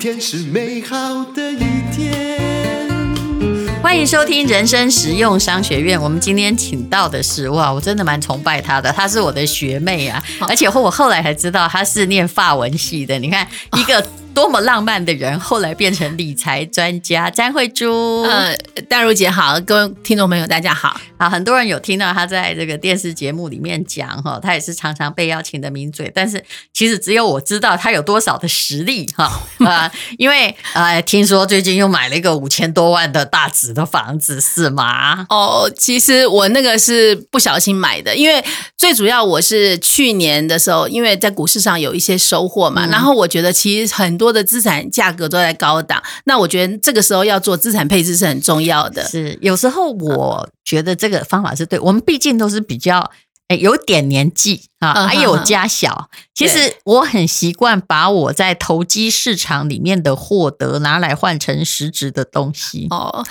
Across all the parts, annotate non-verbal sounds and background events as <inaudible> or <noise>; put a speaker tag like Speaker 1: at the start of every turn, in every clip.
Speaker 1: 天是美好的一天。
Speaker 2: 欢迎收听人生实用商学院。我们今天请到的是哇，我真的蛮崇拜她的，她是我的学妹啊，而且我后来才知道她是念法文系的。你看，一个多么浪漫的人，后来变成理财专家詹慧珠。
Speaker 3: 呃，戴茹姐好，各位听众朋友大家好。
Speaker 2: 啊，很多人有听到他在这个电视节目里面讲哈，他也是常常被邀请的名嘴，但是其实只有我知道他有多少的实力哈啊、呃因为呃，听说最近又买了一个五千多万的大值的房子，是吗？
Speaker 3: 哦，其实我那个是不小心买的，因为最主要我是去年的时候，因为在股市上有一些收获嘛，嗯然后我觉得其实很多的资产价格都在高档，那我觉得这个时候要做资产配置是很重要的。嗯
Speaker 2: 是，有时候我觉得这个方法是对，我们毕竟都是比较。哎，有点年纪啊，
Speaker 3: 嗯
Speaker 2: 还
Speaker 3: 哼
Speaker 2: 有
Speaker 3: 哼
Speaker 2: 家小。其实
Speaker 3: 对
Speaker 2: 我很习惯把我在投机市场里面的获得拿来换成实质的东西。
Speaker 3: 哦，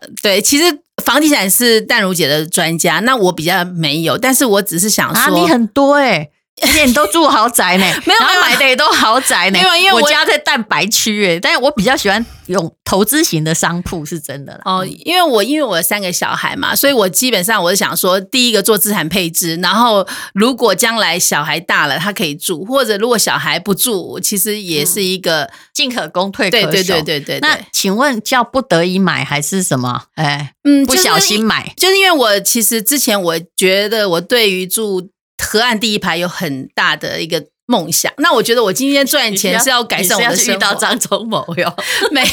Speaker 3: 呃对，其实房地产是淡如姐的专家，那我比较没有，但是我只是想
Speaker 2: 啊，
Speaker 3: 说，
Speaker 2: 你很多哎、
Speaker 3: <laughs>
Speaker 2: 欸。而且你都住豪宅呢、
Speaker 3: 没有
Speaker 2: 然后
Speaker 3: 没有
Speaker 2: 买的也都豪宅呢、
Speaker 3: 没有因为
Speaker 2: 我
Speaker 3: 我
Speaker 2: 家在蛋白区哎、但是我比较喜欢用投资型的商铺，是真的啦。
Speaker 3: 哦，因为我因为我有三个小孩嘛，所以我基本上我是想说，第一个做资产配置，然后如果将来小孩大了，他可以住，或者如果小孩不住，其实也是一个、
Speaker 2: 进可攻，嗯退可
Speaker 3: 对
Speaker 2: 守。
Speaker 3: 对对对对对，
Speaker 2: 那请问叫不得已买还是什么？哎、<laughs>
Speaker 3: 嗯
Speaker 2: 不小心。买。
Speaker 3: 就是因为我其实之前我觉得我对于住河岸第一排有很大的一个梦想，那我觉得我今天赚钱是要改善我的
Speaker 2: 你是
Speaker 3: 生
Speaker 2: 要
Speaker 3: 活，
Speaker 2: 去遇到张忠谋哟。
Speaker 3: <laughs> 没有，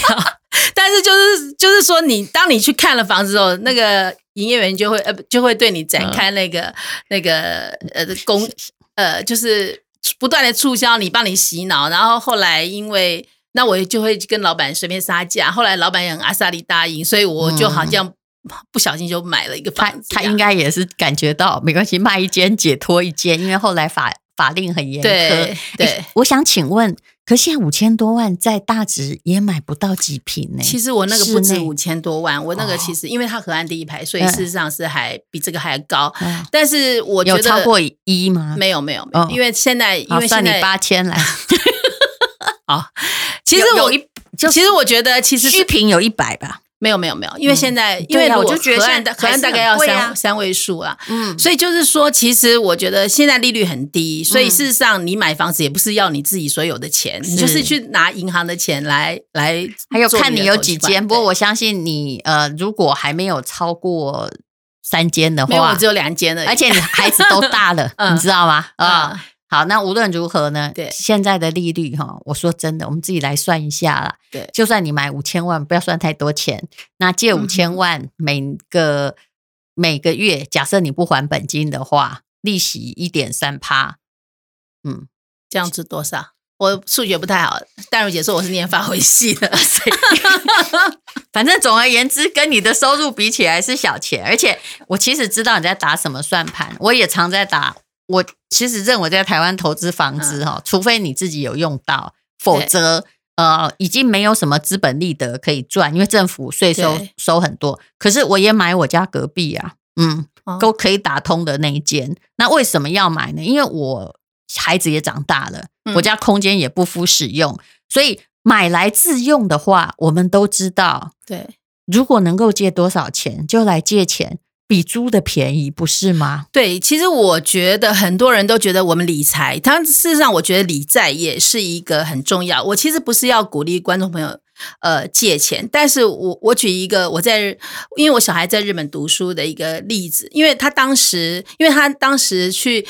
Speaker 3: 但是就是就是说你，当你去看了房子之后，那个营业员就会呃不就会对你展
Speaker 2: 嗯
Speaker 3: 开那个、那个呃公呃就是不断的促销你，帮你洗脑，然后后来因为那我就会跟老板随便杀价，后来老板也很阿萨利答应，所以我就好像 <laughs> 不小心就买了一个
Speaker 2: <laughs> 嗯
Speaker 3: <laughs>
Speaker 2: 他
Speaker 3: 房子
Speaker 2: 他
Speaker 3: 这样
Speaker 2: 应该也是感觉到没关系，卖一间解脱一间，因为后来法法令很严苛。
Speaker 3: 对对
Speaker 2: 诶。我想请问，可现在五千多万在大直也买不到几平呢、
Speaker 3: 其实我那个不
Speaker 2: 室
Speaker 3: 止
Speaker 2: 内
Speaker 3: 五千多万，我那
Speaker 2: 哦
Speaker 3: 个其实因为它河岸第一排，所以
Speaker 2: 嗯
Speaker 3: 事实上是还比这个还高。
Speaker 2: 哎
Speaker 3: 但是我觉
Speaker 2: 有
Speaker 3: 得
Speaker 2: 超过一吗？
Speaker 3: 没有没有，没有
Speaker 2: 哦
Speaker 3: 因为现在因
Speaker 2: 好，
Speaker 3: 为
Speaker 2: 算
Speaker 3: 现
Speaker 2: 你
Speaker 3: 在
Speaker 2: 八千
Speaker 3: <laughs>
Speaker 2: 来。
Speaker 3: 其实
Speaker 2: 有有
Speaker 3: 我
Speaker 2: 一
Speaker 3: 其实我觉得其实
Speaker 2: 虚平有一百吧。
Speaker 3: 没有没有没有，因为现在因
Speaker 2: 对
Speaker 3: 为
Speaker 2: 啊
Speaker 3: 如
Speaker 2: 我
Speaker 3: 果
Speaker 2: 就觉得
Speaker 3: 河
Speaker 2: 现
Speaker 3: 岸
Speaker 2: 在
Speaker 3: 大河
Speaker 2: 还
Speaker 3: 岸
Speaker 2: 是
Speaker 3: 大
Speaker 2: 很
Speaker 3: 概要
Speaker 2: 贵啊
Speaker 3: 三三位数啊。
Speaker 2: 嗯，
Speaker 3: 所以就是说，其实我觉得现在利率很低，所
Speaker 2: 嗯
Speaker 3: 以事实上你买房子也不是要你自己所有的钱，你就是是去拿银行的钱来来，
Speaker 2: 还有看你有几间，不过我相信你呃，如果还没有超过三间的
Speaker 3: 没有，我
Speaker 2: 话
Speaker 3: 只，有两间而已。
Speaker 2: 而且你孩子都大了，
Speaker 3: <laughs> 嗯
Speaker 2: 你知道吗？啊、
Speaker 3: 啊，
Speaker 2: 好，那无论如何呢，
Speaker 3: 对
Speaker 2: 现在的利率哈，我说真的，我们自己来算一下啦。
Speaker 3: 对
Speaker 2: 就算你买五千万，不要算太多钱，那借
Speaker 3: 嗯
Speaker 2: 五
Speaker 3: 哼
Speaker 2: 千万，每个、每个月，假设你不还本金的话，利息一点三趴，
Speaker 3: 这样子多少？我数学不太好，淡如姐说我是念法文系的，所
Speaker 2: <laughs>
Speaker 3: 以
Speaker 2: 反正总而言之，跟你的收入比起来是小钱。而且我其实知道你在打什么算盘，我也常在打。我其实认为在台湾投资房
Speaker 3: 嗯
Speaker 2: 子哈、除非你自己有用到，否则呃已经没有什么资本利得可以赚，因为政府税收
Speaker 3: 对
Speaker 2: 收很多。可是我也买我家隔壁啊，嗯，
Speaker 3: 哦
Speaker 2: 都可以打通的那一间。那为什么要买呢？因为我孩子也长大了，
Speaker 3: 嗯
Speaker 2: 我家空间也不敷使用，所以买来自用的话，我们都知道，
Speaker 3: 对。
Speaker 2: 如果能够借多少钱就来借钱，比租的便宜，不是吗？
Speaker 3: 对，其实我觉得很多人都觉得我们理财，但事实上我觉得理财也是一个很重要。我其实不是要鼓励观众朋友呃借钱，但是我我举一个我在日因为我小孩在日本读书的一个例子，因为他当时因为他当时去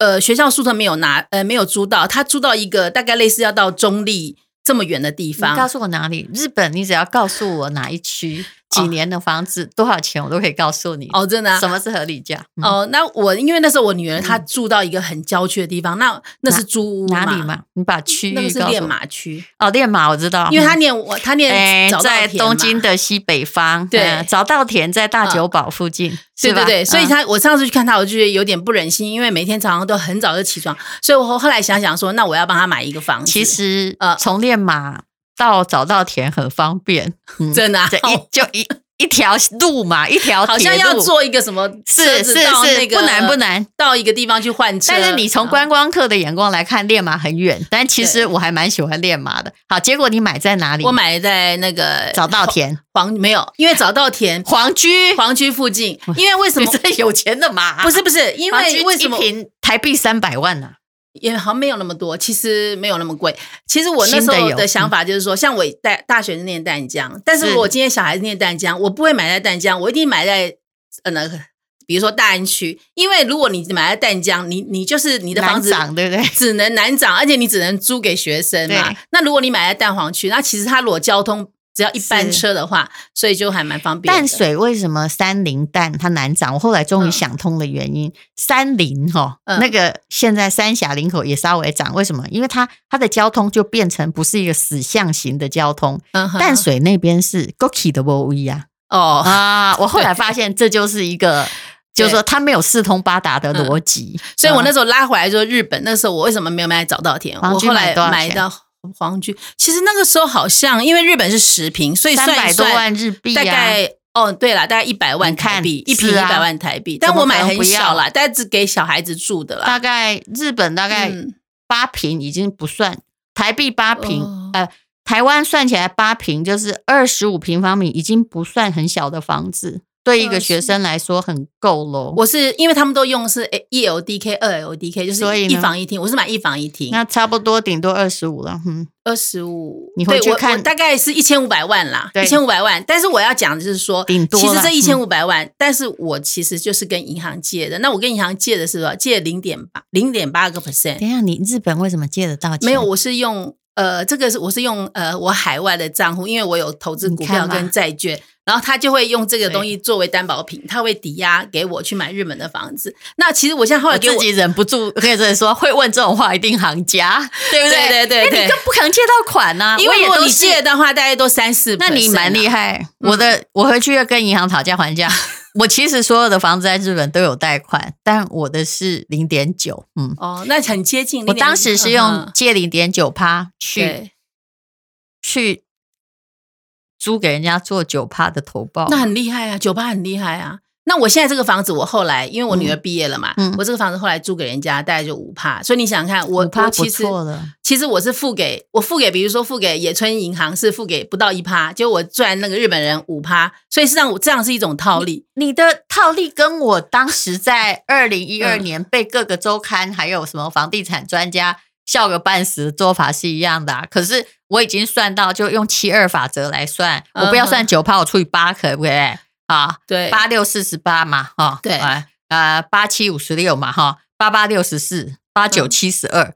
Speaker 3: 呃学校宿舍没有拿呃没有租到，他租到一个大概类似要到中立这么远的地
Speaker 2: 你告
Speaker 3: 方。
Speaker 2: 诉我哪里？日本，你只要告诉我哪一区、几年的房子、多少钱，我都可以告诉你。
Speaker 3: 哦，真的、啊
Speaker 2: 什？么是合理价？嗯
Speaker 3: 哦，那我因为那时候我女儿她住到一个很郊区的地方，那那是租屋
Speaker 2: 哪里？嘛？你把区域
Speaker 3: 嗯那
Speaker 2: 告
Speaker 3: 个
Speaker 2: 诉
Speaker 3: 是
Speaker 2: 我。
Speaker 3: 练马区。
Speaker 2: 哦，练马我知道，
Speaker 3: 因为他
Speaker 2: 嗯
Speaker 3: 念我，他
Speaker 2: 哎
Speaker 3: 念早稻
Speaker 2: 在
Speaker 3: 田嘛
Speaker 2: 东京，的西北方，
Speaker 3: 对
Speaker 2: 嗯早稻田在大久保附近，
Speaker 3: 对
Speaker 2: 是吧
Speaker 3: 对对，所以
Speaker 2: 嗯
Speaker 3: 他我上次去看他，我就觉得有点不忍心，因为每天早上都很早就起床，所以我后来想想说，那我要帮他买一个房子。
Speaker 2: 其实
Speaker 3: 呃
Speaker 2: 从练马到早稻田很方便，嗯
Speaker 3: 真的啊、
Speaker 2: 这一就一一条路嘛，一条
Speaker 3: 好像
Speaker 2: 铁
Speaker 3: 要
Speaker 2: 路
Speaker 3: 做一个什么车
Speaker 2: 是
Speaker 3: 子
Speaker 2: 是
Speaker 3: 到
Speaker 2: 是
Speaker 3: 那个
Speaker 2: 不难不难。
Speaker 3: 到一个地方去换车，嗯啊
Speaker 2: 但是你从观光客的眼光来看，练马很远，但其
Speaker 3: 对
Speaker 2: 实我还蛮喜欢练马的。好，结果你买在哪里？
Speaker 3: 我买在那个
Speaker 2: 早稻田
Speaker 3: 黄没有，因为早稻田 <laughs>
Speaker 2: 黄居，
Speaker 3: 黄区附近，因为为
Speaker 2: <laughs>
Speaker 3: 什
Speaker 2: 你
Speaker 3: 么
Speaker 2: 这有钱的马？啊
Speaker 3: 不是不是，因
Speaker 2: 黄居
Speaker 3: 为为什么
Speaker 2: 一瓶台币三百万啊呢、
Speaker 3: 也好像没有那么多，其实没有那么贵。其实我那时
Speaker 2: 新
Speaker 3: 候
Speaker 2: 的有嗯
Speaker 3: 的想法就是说，像我大大学是念淡江，但是
Speaker 2: 是
Speaker 3: 我今天小孩子念淡江，我不会买在淡江，我一定买在呃那个，比如说大安区，因为如果你买在淡江，你你就是你
Speaker 2: 你
Speaker 3: 的房子
Speaker 2: 涨对不对？
Speaker 3: 只能南涨，而且你只能租给学生嘛
Speaker 2: 对。
Speaker 3: 那如果你买在蛋黄区，那其实它如果交通只要一班
Speaker 2: 是
Speaker 3: 车的话，所以就还蛮方便的。
Speaker 2: 淡水为什么山林淡它难长？我后来终
Speaker 3: 嗯
Speaker 2: 于想通了原因，山林哈、
Speaker 3: 嗯
Speaker 2: 那个现在三峡林口也稍微涨，为什么？因为它它的交通就变成不是一个死象型的交通，
Speaker 3: 嗯哼
Speaker 2: 淡水那边是 g o k i 的 o 一啊 <laughs>
Speaker 3: 哦，
Speaker 2: 啊！我后来发现这就是一 <laughs> 个，就是说它没有四通八达的逻辑，
Speaker 3: 所以我那
Speaker 2: 啊
Speaker 3: 时候拉回来就是日本，那时候我为什么没有买早稻田？
Speaker 2: 黄
Speaker 3: 我
Speaker 2: 居
Speaker 3: 后来
Speaker 2: 买多少钱
Speaker 3: 买到黄居，其实那个时候好像因为日本是十平，所以
Speaker 2: 三
Speaker 3: 算一
Speaker 2: 百多
Speaker 3: 算
Speaker 2: 万日币
Speaker 3: 大
Speaker 2: 啊。
Speaker 3: 概哦，对了，大概一百万台币，
Speaker 2: 你
Speaker 3: 一
Speaker 2: 看
Speaker 3: 瓶一
Speaker 2: 是啊
Speaker 3: 百万台币，
Speaker 2: 怎
Speaker 3: 但
Speaker 2: 么
Speaker 3: 我买
Speaker 2: 可能
Speaker 3: 很
Speaker 2: 不要
Speaker 3: 少啦，但是给小孩子住的啦
Speaker 2: 大。概日本大概
Speaker 3: 嗯
Speaker 2: 八平已经不算台币八平，
Speaker 3: 哦
Speaker 2: 呃，台湾算起来八平就是二十五平方米，已经不算很小的房子，对一个学生来说很够喽。
Speaker 3: 我是因为他们都用的是诶，E 一 LDK 二 LDK，就是
Speaker 2: 所以
Speaker 3: 一
Speaker 2: 呢
Speaker 3: 房一厅，我是买一房一厅，
Speaker 2: 那差不多顶多二十五了，嗯，
Speaker 3: 二十五，
Speaker 2: 你回
Speaker 3: 对
Speaker 2: 去
Speaker 3: 我
Speaker 2: 看
Speaker 3: 我大概是一千五百万啦，
Speaker 2: 对
Speaker 3: 一千五百万。但是我要讲的就是说，
Speaker 2: 顶多
Speaker 3: 其实
Speaker 2: 啦
Speaker 3: 这一
Speaker 2: 嗯
Speaker 3: 千五百万，但是我其实就是跟银行借的。那我跟银行借的是多少？借零点八，零点八个 percent。
Speaker 2: 等一下，你日本为什么借得到钱？
Speaker 3: 没有，我是用呃，这个是我是用呃我海外的账户，因为我有投资股
Speaker 2: 你
Speaker 3: 票
Speaker 2: 看嘛
Speaker 3: 跟债券，然后他就会用这个
Speaker 2: 对
Speaker 3: 东西作为担保品，他会抵押给我去买日本的房子。那其实我现在后来
Speaker 2: 我
Speaker 3: 跟
Speaker 2: 自己忍不住跟人说，会问这种话一定行家，对不对？哎
Speaker 3: 对对对
Speaker 2: 因
Speaker 3: 对
Speaker 2: 为你更不可能借到款啊呐、
Speaker 3: 因
Speaker 2: 我
Speaker 3: 为
Speaker 2: 也
Speaker 3: 如果
Speaker 2: 都
Speaker 3: 你
Speaker 2: 是
Speaker 3: 借的话，大概都三四，
Speaker 2: 那你蛮厉
Speaker 3: 害。
Speaker 2: 害。
Speaker 3: 嗯
Speaker 2: 我的，我回去要跟银行讨价
Speaker 3: <laughs>
Speaker 2: 还价。我其实所有的房子在日本都有贷款，但我的是零点九。嗯，
Speaker 3: 哦，那很接近。
Speaker 2: 我当时是用
Speaker 3: 0.1
Speaker 2: 借零点九趴去
Speaker 3: 嗯对，
Speaker 2: 去租给人家做九趴的投报。
Speaker 3: 那很厉害啊，酒吧很厉害啊。那我现在这个房子，我后来因为我女儿毕业了嘛，
Speaker 2: 嗯
Speaker 3: 我这个房子后来租给人家，大概就五帕。所以你想想看，我
Speaker 2: 五趴
Speaker 3: 我
Speaker 2: 不
Speaker 3: 其实
Speaker 2: 错了，
Speaker 3: 其实我是付给我付给，比如说付给野村银行是付给不到一趴，就我赚那个日本人五趴，所以是让我这样是一种套利。
Speaker 2: 你的套利跟我当时在二零一二
Speaker 3: 嗯
Speaker 2: 年被各个周刊还有什么房地产专家笑个半死的做法是一样的、啊，可是我已经算到，就用七二法则来算，
Speaker 3: 嗯哼
Speaker 2: 我不要算九趴，我除以八可不可以啊？
Speaker 3: 对，
Speaker 2: 八六四十八嘛，哈、
Speaker 3: 对
Speaker 2: 啊呃八七五十六嘛，哈、八八六十四，八九七十
Speaker 3: 嗯
Speaker 2: 二，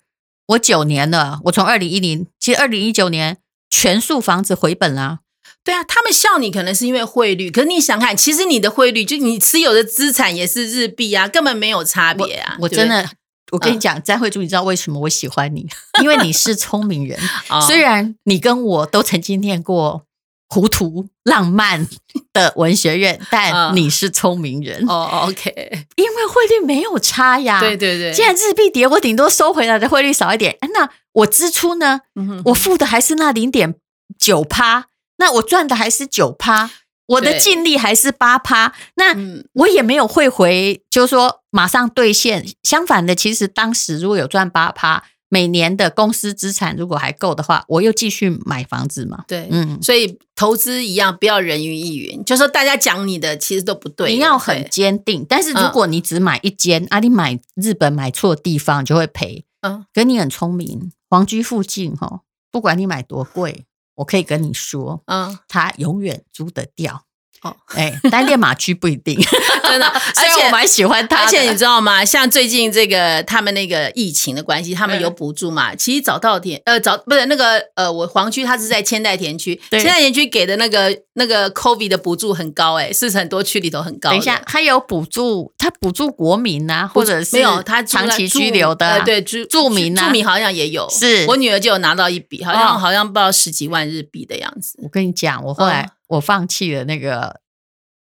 Speaker 2: 我九年了，我从二零一零，其实二零一九年全数房子回本啦、
Speaker 3: 对啊，他们笑你可能是因为汇率，可是你想看，其实你的汇率就你持有的资产也是日币啊，根本没有差别啊。
Speaker 2: 我
Speaker 3: 对嗯不
Speaker 2: 真
Speaker 3: 对，
Speaker 2: 的，我跟你讲，詹慧珠，你知道为什么我喜欢
Speaker 3: <laughs>
Speaker 2: 你？因为你是聪明人，虽
Speaker 3: 然
Speaker 2: 然你跟我都曾经念过糊涂浪
Speaker 3: <laughs>
Speaker 2: 漫的文学院，但
Speaker 3: 嗯
Speaker 2: 你是聪明人，
Speaker 3: 哦哦，OK，
Speaker 2: 因为汇率没有差呀。
Speaker 3: 对对对，
Speaker 2: 啊既然日币跌，我顶多收回来的汇率少一点，哎那我支出呢？
Speaker 3: 嗯哼
Speaker 2: 我付的还是那零点九趴，那我赚的还是九趴，我的
Speaker 3: 对
Speaker 2: 净利还是八趴，那
Speaker 3: 嗯
Speaker 2: 我也没有汇回，就是说马上兑现。相反的，其实当时如果有赚八趴，每年的公司资产如果还够的话，我又继续买房子嘛。
Speaker 3: 对，
Speaker 2: 嗯，
Speaker 3: 所以投资一样，不要人云亦云，就说大家讲你的其实都不对的，
Speaker 2: 你要很
Speaker 3: 对，嗯
Speaker 2: 坚定。但是如果你只买一间、啊，你买日本买错地方，你就会赔。
Speaker 3: 嗯，
Speaker 2: 可你很聪明，皇居附近哈、哦，不管你买多贵，我可以跟你说，
Speaker 3: 嗯，
Speaker 2: 它永远租得掉。
Speaker 3: 哦
Speaker 2: 哦，哎，单恋马区不一定， <laughs>
Speaker 3: 真的，
Speaker 2: 而
Speaker 3: <laughs> 而
Speaker 2: 且
Speaker 3: 且
Speaker 2: 我蛮喜欢它的。
Speaker 3: 而且你知道吗？像最近这个他们那个疫情的关系，他们
Speaker 2: 嗯
Speaker 3: 有补助嘛？其实早稻田呃早不是那个呃我黄区，它是在千代田区，
Speaker 2: 对
Speaker 3: 千代田区给的那个那个 COVID 的补助很高、欸，是很多区里头很高的。
Speaker 2: 等一下，他有补助，他补助国民啊，
Speaker 3: 补
Speaker 2: 或
Speaker 3: 助，
Speaker 2: 者是
Speaker 3: 没有他住
Speaker 2: 长期
Speaker 3: 住
Speaker 2: 居留的啊、
Speaker 3: 呃对住
Speaker 2: 住民啊
Speaker 3: 住民好像也有，
Speaker 2: 是
Speaker 3: 我女儿就有拿到一笔，好
Speaker 2: 哦
Speaker 3: 像、好像不知道十几万日币的样子。
Speaker 2: 我跟你讲，我后来、
Speaker 3: 嗯
Speaker 2: 我放弃了那个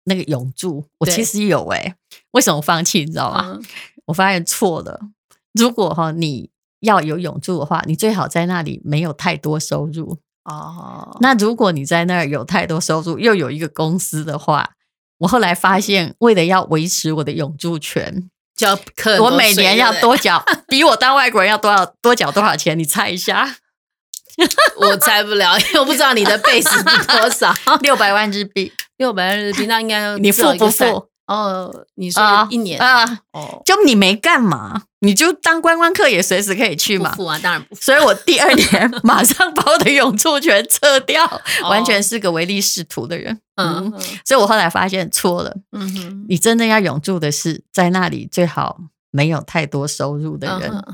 Speaker 2: 那个永住，我
Speaker 3: 对
Speaker 2: 其实有哎、为什么放弃？你知道吗？
Speaker 3: 嗯
Speaker 2: 我发现错了。如果哈、你要有永住的话，你最好在那里没有太多收入，
Speaker 3: 哦，
Speaker 2: 那如果你在那儿有太多收入，又有一个公司的话，我后来发现，为了要维持我的永住权，
Speaker 3: 叫课
Speaker 2: 我每年要
Speaker 3: 多。
Speaker 2: 多缴， <laughs> 比我当外国人要多少多缴多少钱？你猜一下，
Speaker 3: 我猜不了，因为我不知道你的 base 是多少。
Speaker 2: <laughs> 六百万日币，
Speaker 3: 六百二十频道应该
Speaker 2: 你
Speaker 3: 至少
Speaker 2: 付
Speaker 3: 一
Speaker 2: 不
Speaker 3: 个三？
Speaker 2: 付
Speaker 3: 哦，你
Speaker 2: 啊
Speaker 3: 说一年
Speaker 2: 啊、
Speaker 3: 哦，
Speaker 2: 就你没干嘛，你就当观光客也随时可以去
Speaker 3: 不
Speaker 2: 嘛。
Speaker 3: 付啊，当然不付。
Speaker 2: 所以我第二年 <laughs> 马上把我的永住权撤掉，完全
Speaker 3: 是
Speaker 2: 是个唯利是图的人。
Speaker 3: 嗯
Speaker 2: 嗯，所以我后来发现错了，
Speaker 3: 嗯哼
Speaker 2: 你真正要永住的是在那里最好没有太多收入的人。
Speaker 3: 嗯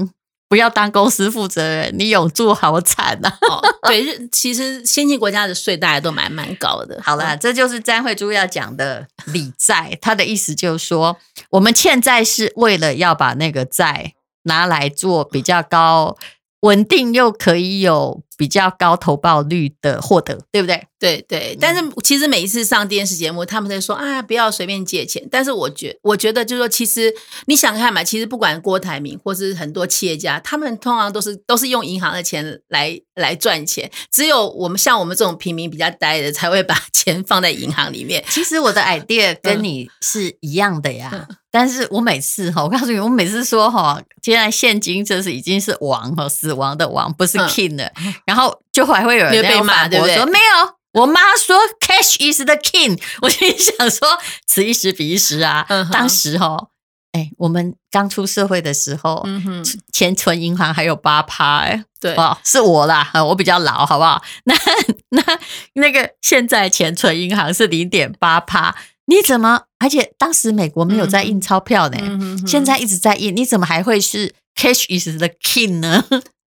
Speaker 2: 嗯，不要当公司负责人，你永住好惨啊呐、
Speaker 3: 哦，对，日其实先进国家的税大家都蛮蛮高的。
Speaker 2: 好啦，这就是詹慧珠要讲的理债，她的意思就是说，我们欠债是为了要把那个债拿来做比较高、稳定又可以有比较高投报率的获得，对不对？
Speaker 3: 对对，但是其实每一次上电视节目，他们在说啊，不要随便借钱。但是我觉我觉得就是说，其实你想看嘛，其实不管郭台铭或是很多企业家，他们通常都是都是用银行的钱来来赚钱，只有我们像我们这种平民比较呆的，才会把钱放在银行里面。
Speaker 2: 其实我
Speaker 3: <laughs>
Speaker 2: 的
Speaker 3: 嗯
Speaker 2: idea 跟你是一样的呀，但是我每次哈，我告诉你，我每次说哈，现在现金就是已经是王哈，死亡的王，不是
Speaker 3: 嗯
Speaker 2: king
Speaker 3: <laughs>
Speaker 2: 了，然后就还会有人
Speaker 3: 会被
Speaker 2: 要
Speaker 3: 骂
Speaker 2: 反驳
Speaker 3: 对不对
Speaker 2: 说没有。我妈说 “cash is the king”，我 <laughs> 心里想说此一时彼一时啊。
Speaker 3: 嗯哼
Speaker 2: 当时哈，哎、我们刚出社会的时候，
Speaker 3: 嗯哼，
Speaker 2: 钱存银行还有八趴、哎
Speaker 3: 对，
Speaker 2: 哦，是我啦，呃我比较老，好不 <laughs> 好？那那那个现在钱存银行是零点八趴，你怎么？而且当时美国没有在印钞票呢，
Speaker 3: 嗯哼哼
Speaker 2: 现在一直在印，你怎么还会是 cash is the king
Speaker 3: <laughs>
Speaker 2: 呢？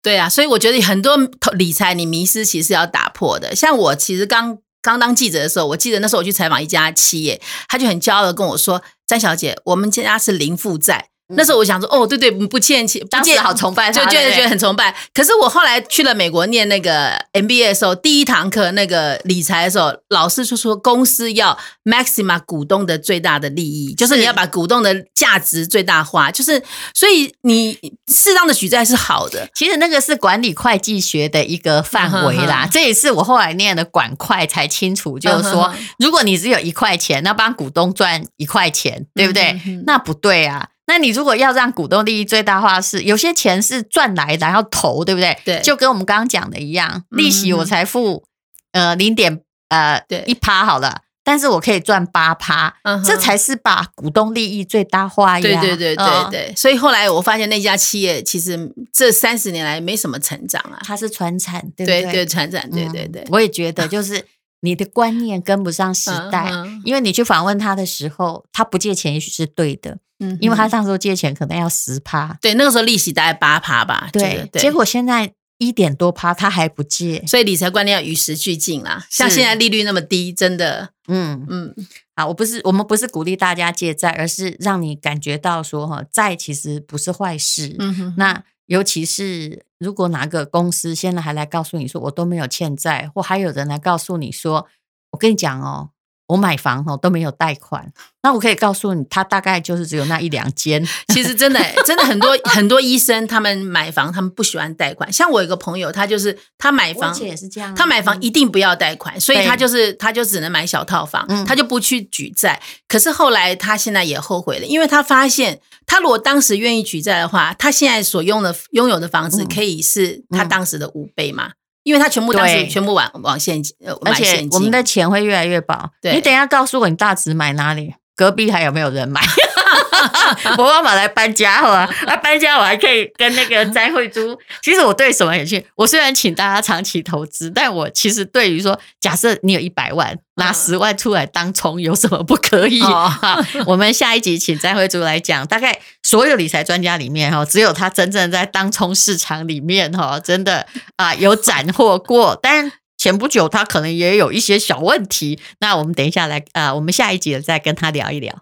Speaker 3: 对啊，所以我觉得很多投理财你迷失其实是要打破的。像我其实刚刚当记者的时候，我记得那时候我去采访一家企业，他就很骄傲的跟我说：“詹小姐，我们家是零负债。”那时候我想说，哦，对对，不欠钱，不
Speaker 2: 嗯当时
Speaker 3: 借
Speaker 2: 好崇拜
Speaker 3: 就
Speaker 2: 他，
Speaker 3: 觉
Speaker 2: 对
Speaker 3: 得
Speaker 2: 不
Speaker 3: 觉
Speaker 2: 对
Speaker 3: 得很崇拜。可是我后来去了美国念那个 MBA 的时候，第一堂课那个理财的时候，老师就说公司要 maxima 股东的最大的利益，就是你要把股东的价值最大化。就是所以你适当的举债是好的，
Speaker 2: 其实那个是管理会计学的一个范围啦，
Speaker 3: 嗯哼哼
Speaker 2: 这也是我后来念的管会才清楚，就是说，
Speaker 3: 嗯哼哼
Speaker 2: 如果你只有一块钱，那帮股东赚一块钱，对不对？
Speaker 3: 嗯哼哼
Speaker 2: 那不对啊。那你如果要让股东利益最大化是，有些钱是赚来然后投，对不对？
Speaker 3: 对
Speaker 2: 就跟我们刚刚讲的一样，利息
Speaker 3: 嗯哼
Speaker 2: 我才付、呃零点呃
Speaker 3: 对
Speaker 2: 一趴好了，但是我可以赚八趴，
Speaker 3: 嗯哼
Speaker 2: 这才是把股东利益最大化呀。
Speaker 3: 对对对对
Speaker 2: 嗯
Speaker 3: 对，所以后来我发现那家企业其实这三十年来没什么成长啊。
Speaker 2: 它是传产，对不
Speaker 3: 对对，传染，对对对
Speaker 2: 嗯，我也觉得，就是你的观念跟不上时代，
Speaker 3: 嗯哼
Speaker 2: 因为你去访问他的时候，他不借钱也许是对的，
Speaker 3: 嗯
Speaker 2: 因为他
Speaker 3: 哼
Speaker 2: 上时候借钱可能要十趴，
Speaker 3: 对那个时候利息大概八趴吧，记得
Speaker 2: 对，
Speaker 3: 对，
Speaker 2: 结果现在一点多趴他还不借，
Speaker 3: 所以理财观念要与时俱进啦。像
Speaker 2: 是
Speaker 3: 现在利率那么低，真的，
Speaker 2: 嗯，
Speaker 3: 嗯，
Speaker 2: 啊，我不是我们不是鼓励大家借债，而是让你感觉到说哈，债其实不是坏事，
Speaker 3: 嗯哼，
Speaker 2: 那尤其是如果哪个公司现在还来告诉你说我都没有欠债，或还有人来告诉你说，我跟你讲哦，我买房哦都没有贷款，那我可以告诉你，他大概就是只有那一两间。
Speaker 3: <laughs> 其实真的真的很多很多医生他们买房，他们不喜欢贷款。像我有一个朋友，他就是他买
Speaker 2: 我
Speaker 3: 房，
Speaker 2: 姐也是这样啊、
Speaker 3: 他买房一定不要贷款，所以
Speaker 2: 对
Speaker 3: 他就是他就只能买小套房，
Speaker 2: 嗯
Speaker 3: 他就不去举债。可是后来他现在也后悔了，因为他发现他如果当时愿意举债的话，他现在所用的拥有的房子
Speaker 2: 嗯
Speaker 3: 可以是他
Speaker 2: 嗯
Speaker 3: 当时的五倍嘛。因为他全部当时
Speaker 2: 对
Speaker 3: 全部往往现金，呃，
Speaker 2: 而
Speaker 3: 买现
Speaker 2: 且
Speaker 3: 金
Speaker 2: 我们的钱会越来越薄。
Speaker 3: 对
Speaker 2: 你等一下告诉我你大直买哪里，隔壁还有没有人买？ <laughs> 我爸爸来搬家好啊，那搬家我还可以跟那个詹慧珠。其实我对什么有兴趣？我虽然请大家长期投资，但我其实对于说，假设你有一百万，拿十万出来当冲，有什么不可以？<laughs>
Speaker 3: 哦
Speaker 2: 好，我们下一集请詹慧珠来讲，大概所有理财专家里面哈，只有他真正在当冲市场里面哈，真的啊有斩获过，但。前不久他可能也有一些小问题，那我们等一下来啊、我们下一集再跟他聊一聊。